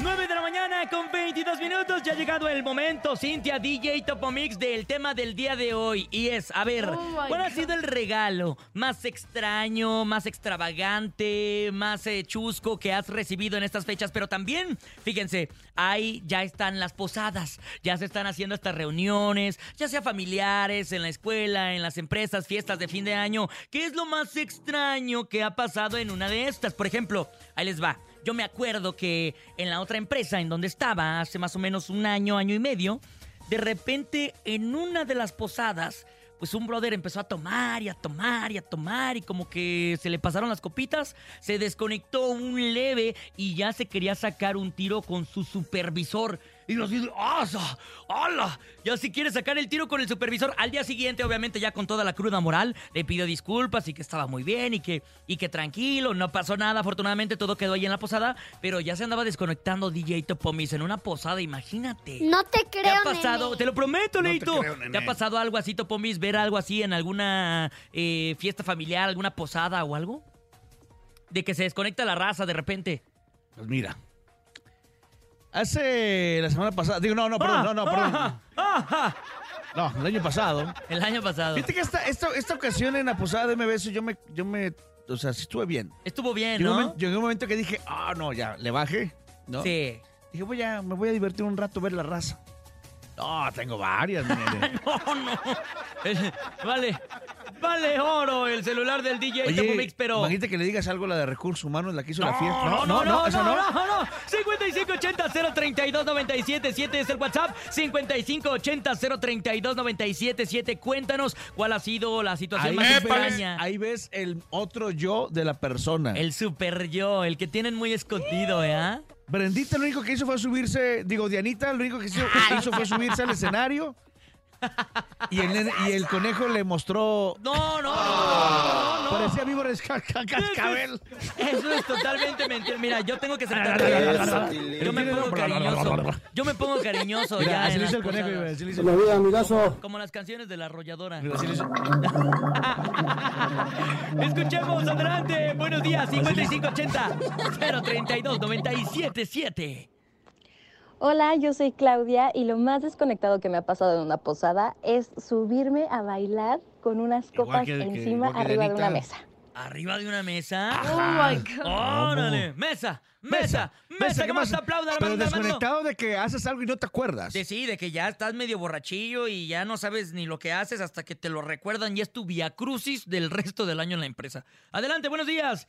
9 de la mañana con 22 minutos. Ya ha llegado el momento, Cintia, DJ Topomix, del tema del día de hoy. Y es, a ver, Oh, my ¿cuál ha God. sido el regalo más extraño, más extravagante, más eh, chusco que has recibido en estas fechas? Pero también, fíjense, ahí ya están las posadas, ya se están haciendo estas reuniones, ya sea familiares, en la escuela, en las empresas, fiestas de fin de año. ¿Qué es lo más extraño que ha pasado en una de estas? Por ejemplo, ahí les va. Yo me acuerdo que en la otra empresa en donde estaba hace más o menos un año, año y medio, de repente en una de las posadas, pues un brother empezó a tomar y a tomar y a tomar y como que se le pasaron las copitas, se desconectó un leve y ya se quería sacar un tiro con su supervisor. Y nos dice, ¡Asa! ¡Hala! Ya si quiere sacar el tiro con el supervisor. Al día siguiente, obviamente, ya con toda la cruda moral, le pidió disculpas y que estaba muy bien y que, y que tranquilo, no pasó nada. Afortunadamente, todo quedó ahí en la posada, pero ya se andaba desconectando DJ Topomis en una posada, imagínate. No te creo, ¿Te ha pasado? nene. Te lo prometo, No te Leito. creo, te, nene. ha pasado algo así, Topomis? ¿Ver algo así en alguna eh, fiesta familiar, alguna posada o algo? De que se desconecta la raza de repente. Pues mira. Hace la semana pasada. Digo, no, no, Ah, perdón, no, no, perdón. ah, ah, ah. No, el año pasado. El año pasado. Fíjate que esta, esta, esta ocasión en la posada de MBS yo me, yo me. O sea, sí estuve bien. Estuvo bien, Llegó, un ¿no? momento, llegó un momento que dije, ah, no, ya, le bajé. ¿no? Sí. Dije, voy a, me voy a divertir un rato ver la raza. No, tengo varias, nene. No, no. El- Vale. Vale oro el celular del DJ Topomix, pero. imagínate que le digas algo a la de recursos humanos, la que hizo la fiesta. No, no, no, esa no, no, no, 5580-032-977 es el WhatsApp. 5580-032-977. Cuéntanos cuál ha sido la situación Ahí, más ves- extraña. ahí ves el otro yo de la persona. El super yo, el que tienen muy escondido, ¿eh? Brendita lo único que hizo fue subirse, digo, Dianita lo único que hizo, que hizo fue subirse al escenario. Y el, nene- y el conejo le mostró. No, no, Ah, no, no, no. Parecía víbora de ca- ca- cascabel. Eso es totalmente mentira. Mira, yo tengo que aceptar. que- Yo me pongo cariñoso. Yo me pongo cariñoso Mira, ya. así en lo hizo las el conejo, posadas. Iba, así lo hizo. Se lo digo, amigazo. Como las canciones de la arrolladora. Mira, así lo hizo. Escuchemos, adelante. Buenos días, 5580-032-977. Hola, yo soy Claudia y lo más desconectado que me ha pasado en una posada es subirme a bailar con unas Igual copas que- que- encima igual que arriba de Dianita. una mesa. Arriba de una mesa. Oh my God. ¡Órale! Ah. ¡Mesa! ¡Mesa! ¡Mesa! ¡Que más aplauda la Pero mano, desconectado de que haces algo y no te acuerdas. Decide que ya estás medio borrachillo y ya no sabes ni lo que haces hasta que te lo recuerdan y es tu via crucis del resto del año en la empresa. Adelante, buenos días.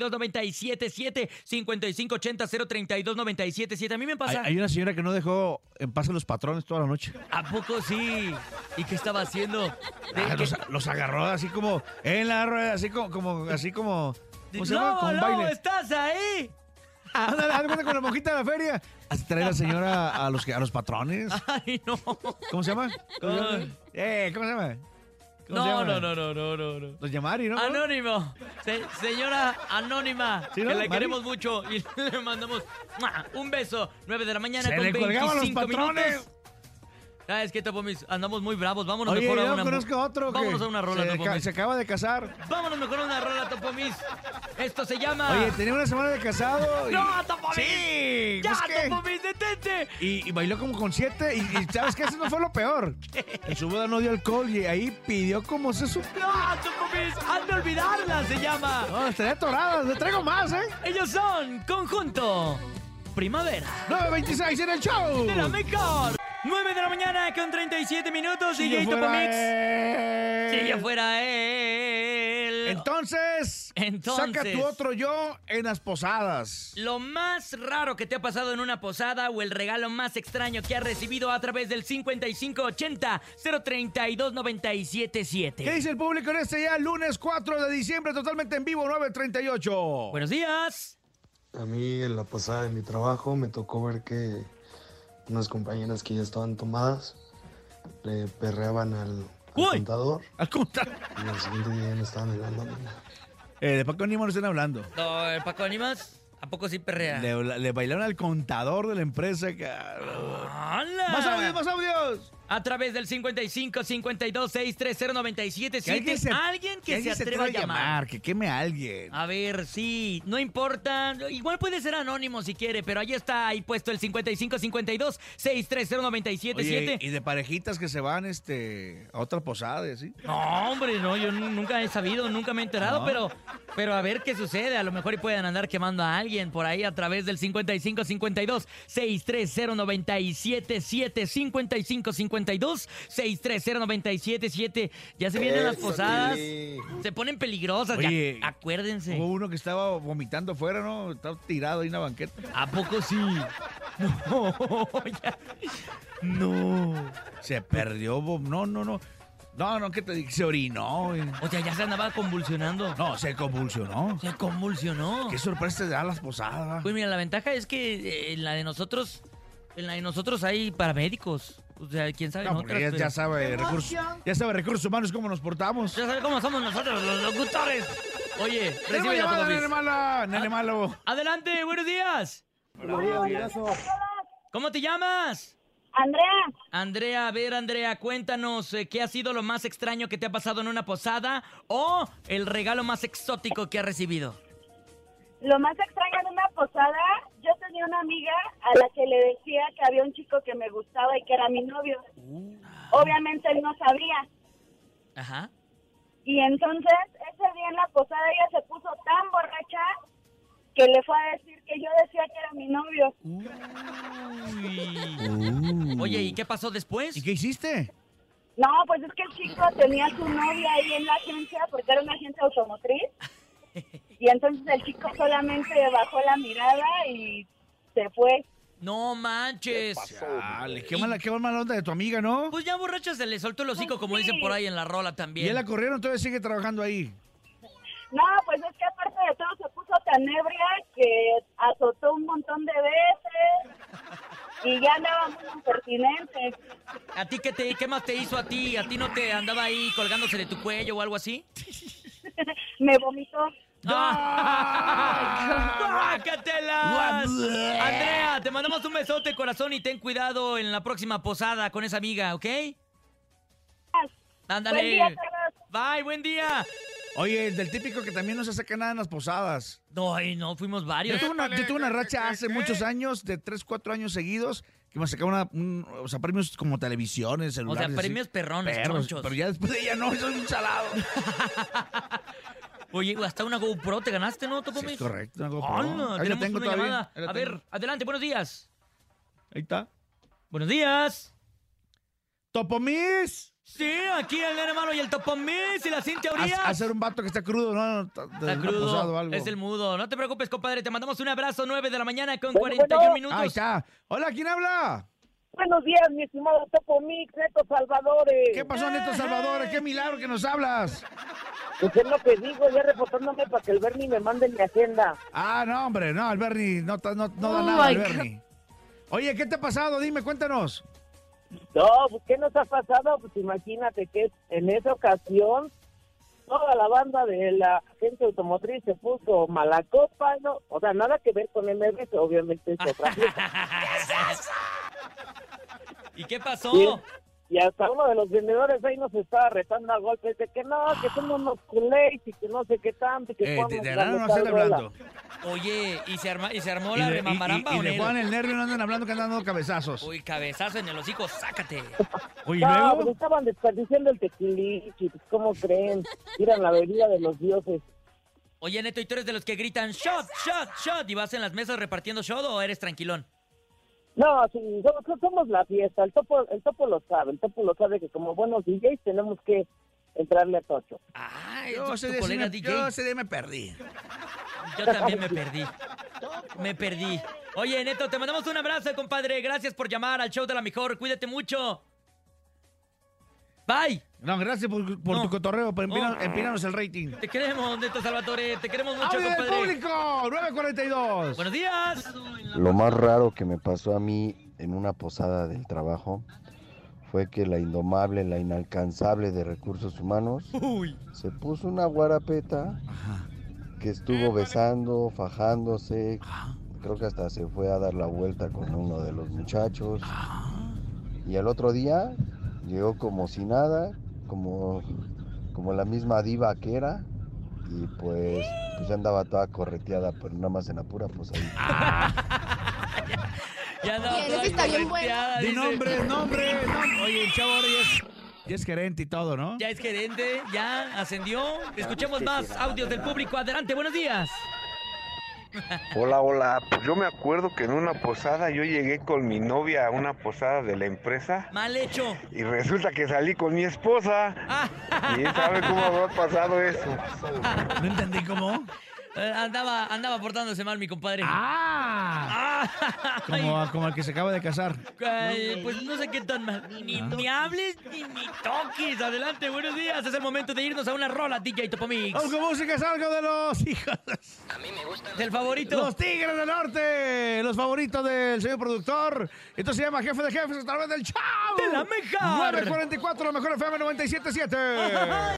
5580-032-977. 5580-032-977. A mí me Hay, pasa. hay una señora que no dejó en paz a los patrones toda la noche. ¿A poco sí? ¿Y qué estaba haciendo? De- Ah, que- los, los agarró así como en la rueda, así como, como así como. ¿Cómo pues se llama? ¡Lobo, Como un lobo, baile. estás ahí! Ándale, haz de cuenta con la monjita de la feria. Así trae la señora a los, que- a los patrones. ¡Ay, no! ¿Cómo se llama? ¿Cómo se llama? Ay. Eh, ¿cómo se llama? ¿Cómo se No, llama? no, no, no, no, no, no. Doña Mari, ¿no? Anónimo, Se- señora Anónima, ¿Sí, no? que la Mari. queremos mucho y le mandamos ¡mua! un beso. 9 de la mañana Se con le colgaban los 25 patrones. minutos. Ah, es que Topomis, andamos muy bravos. Vámonos Oye, mejor a yo una. conozco otro que Vámonos a una rola, se, ca- Topomis. se acaba de casar. Vámonos mejor a una rola, Topomis. Esto se llama. Oye, tenía una semana de casado. Y... Ah. ¡No, Topomis! Sí, ¡Ya, pues, ¿qué? Topomis, detente! Y, y bailó como con siete. Y, y ¿sabes qué? Eso no fue lo peor. En su boda no dio alcohol y ahí pidió como se supo. ¡No, Topomis! ¡Has de olvidarla! Se llama. No, estaría atorada. Le traigo más, ¿eh? Ellos son Conjunto Primavera 9.26 en el show. de la mejor. 9 de la mañana con 37 minutos. Si yo DJ fuera Topomix. él. Si yo fuera él. Entonces, Entonces. saca tu otro yo en las posadas. Lo más raro que te ha pasado en una posada o el regalo más extraño que has recibido a través del 5580-032-977. ¿Qué dice el público en este ya lunes 4 de diciembre, totalmente en vivo, 9.38? Buenos días. A mí en la posada de mi trabajo me tocó ver que unas compañeras que ya estaban tomadas le perreaban al, al ¡Uy! contador al contar. y al siguiente día ya no estaban en la nómina. Eh, ¿De Paco Nimo no están hablando? No, eh, Paco, ¿animas? ¿A poco sí perrea? Le, le bailaron al contador de la empresa. cabrón. ¡Hala! ¡Más audios, más audios! A través del 55 52 630 alguien 977 se- alguien que se alguien atreva a llamar. Ah, Que queme a alguien. A ver, sí, no importa. Igual puede ser anónimo si quiere, pero ahí está, ahí puesto el 55 52 630 Oye, 977 y de parejitas que se van este, a otra posada, y así. No, hombre, no, yo nu- nunca he sabido, nunca me he enterado, No. pero, pero a ver qué sucede. A lo mejor y pueden andar quemando a alguien por ahí a través del 55 52 630 977 55 52 630 977 Ya se vienen las Eso, posadas. Tilly. Se ponen peligrosas, ya, Oye, acuérdense. Hubo uno que estaba vomitando afuera, ¿no? Estaba tirado ahí en la banqueta. ¿A poco sí? No, ya. No. Se perdió, bo- no, no, no. No, no, que te dije, se orinó. güey. O sea, ya se andaba convulsionando. No, se convulsionó. Se convulsionó. Qué sorpresa te da las posadas. Pues mira, la ventaja es que eh, en la de nosotros, en la de nosotros hay paramédicos. O sea, quién sabe en No, porque otras, ya, pero- ya sabe recursos, ya sabe recursos humanos cómo nos portamos. Ya sabe cómo somos nosotros, los locutores. Oye, Tenemos recibe llamada, nene mala, nene Ah. malo. Adelante, buenos días. ¿Cómo te llamas? Andrea, Andrea, a ver, Andrea, cuéntanos eh, qué ha sido lo más extraño que te ha pasado en una posada o el regalo más exótico que has recibido. lo más extraño de una posada, yo tenía una amiga a la que le decía que había un chico que me gustaba y que era mi novio. Obviamente él no sabía. Ajá. Y entonces ese día en la posada ella se puso tan borracha que le fue a decir que yo decía que era mi novio. Uy. Oye, ¿y qué pasó después? ¿Y qué hiciste? No, pues es que el chico tenía su novia ahí en la agencia porque era una agencia automotriz. Y entonces el chico solamente bajó la mirada y se fue. No manches. Chale, Ah, qué mala, qué mala onda de tu amiga, ¿no? Pues ya borracha se le soltó el hocico, como dicen por ahí en la rola Y también. él la corrieron, todavía sigue trabajando ahí. No, pues es que aparte de todo se puso tan ebria que azotó un montón de veces y ya andaba muy impertinente. ¿A ti qué, te, qué más te hizo a ti? ¿A ti no te andaba ahí colgándose de tu cuello o algo así? Me vomitó. ¡Ah! ¡Guácatelas! Guau. Andrea, te mandamos un besote, corazón, y ten cuidado en la próxima posada con esa amiga, ¿ok? Ándale. Buen día, Carlos. Bye, buen día. Oye, el del típico que también no se saca nada en las posadas. No, ay, no, fuimos Yo varios. tuve una, yo tuve una racha hace muchos años, de 3, 4 años seguidos, que me sacaba una, un- o sea, premios como O televisiones, celulares. sea, así. premios perrones, Perros, chonchos. pero ya después de ella no, soy un salado. Oye, hasta una GoPro te ganaste, ¿no, Topo Sí, es Mix? correcto, una GoPro. Ah, no, Ahí la tenemos tengo una todavía, llamada. ahí la A ver, tengo. adelante, buenos días. Ahí está. Buenos días. Topomis. Sí, aquí el nene malo y el Topo Mix y la Cintia Urias. Hacer un vato que está crudo, no, no, está, Está crudo, posado o algo. es el mudo. No te preocupes, compadre. Te mandamos un abrazo, 9 de la mañana con Bueno, 41 bueno. minutos. Ahí está. Hola, ¿quién habla? Buenos días, mi estimado Topo Mix, Neto Salvadores. ¿Qué pasó, Neto Salvador? ¡Qué milagro que nos hablas! Pues es lo que digo, ya reportándome para que el Bernie me mande mi agenda. Ah, no, hombre, no, el Bernie, no, ta- no, no da nada, el Bernie. Oye, ¿qué te ha pasado? Dime, cuéntanos. No, pues ¿qué nos ha pasado? Pues imagínate que en esa ocasión toda la banda de la gente automotriz se puso mala copa, ¿no? O sea, nada que ver con MBS, obviamente es otra fiesta. ¿Y qué pasó? Sí. Y hasta uno de los vendedores ahí nos estaba retando a golpes de que no, que somos unos culés y que no sé qué tanto. y Que Eh, somos de, de la nada no neta hacerle rola. hablando. Oye, ¿y se, arma- y se armó Y la le- y- remamaramba y- y o le no? ponen el nervio y no andan hablando que andan dando cabezazos. Uy, cabezazo en el hocico, sácate. Oye, ¿y No, pues luego? estaban desperdiciando el tequilichi, pues ¿cómo creen? Tiran la bebida de los dioses. Oye, Neto, ¿y tú eres de los que gritan shot, shot, shot? ¿Y vas en las mesas repartiendo shot o eres tranquilón? No, sí, nosotros somos la fiesta, el topo, el topo lo sabe, el topo lo sabe que como buenos DJs tenemos que entrarle a tocho. Ay, Yo tu ese día sí colega me- DJ. yo ese día me perdí. Yo también me perdí. Me perdí. Oye, Neto, te mandamos un abrazo, compadre. Gracias por llamar al show de la mejor. Cuídate mucho. Bye. No, gracias por, por No. tu cotorreo, pero empina- No. empínanos el rating. Te queremos, Neto Salvatore. Te queremos mucho, ¡Audio del compadre. público! ¡942! Buenos días. Lo más raro que me pasó a mí en una posada del trabajo fue que la indomable, la inalcanzable de recursos humanos Uy. se puso una guarapeta que estuvo besando, fajándose, creo que hasta se fue a dar la vuelta con uno de los muchachos. Y al otro día llegó como si nada, como, como la misma diva que era. Y pues, pues ya andaba toda correteada, pero nada más en apura, pues ahí. Ya andaba Bien, toda ese está bien correteada, Di dice. nombre, nombre, nombre. Oye, el chavo ahora ya es, ya es gerente y todo, ¿no? Ya es gerente, ya ascendió. Escuchemos más audios del público. Adelante, buenos días. Hola, hola. Pues yo me acuerdo que en una posada yo llegué con mi novia a una posada de la empresa Mal hecho. Ah, y resulta que salí con mi esposa. Y él sabe cómo habrá pasado eso. No entendí cómo. Eh, andaba, andaba portándose mal, mi compadre. ¡Ah! Ah, Como, a- como el que se acaba de casar. ay, pues no sé qué tan mal. Ni me hables ni me toques. Adelante, buenos días. Es el momento de irnos a una rola, DJ Topomix. Vamos con música, salgo de los hijos. Del favorito. Los Tigres del Norte, los favoritos del señor productor. Esto se llama Jefe de Jefes, a través del Chavo. De la mejor. 944, la mejor FM 977.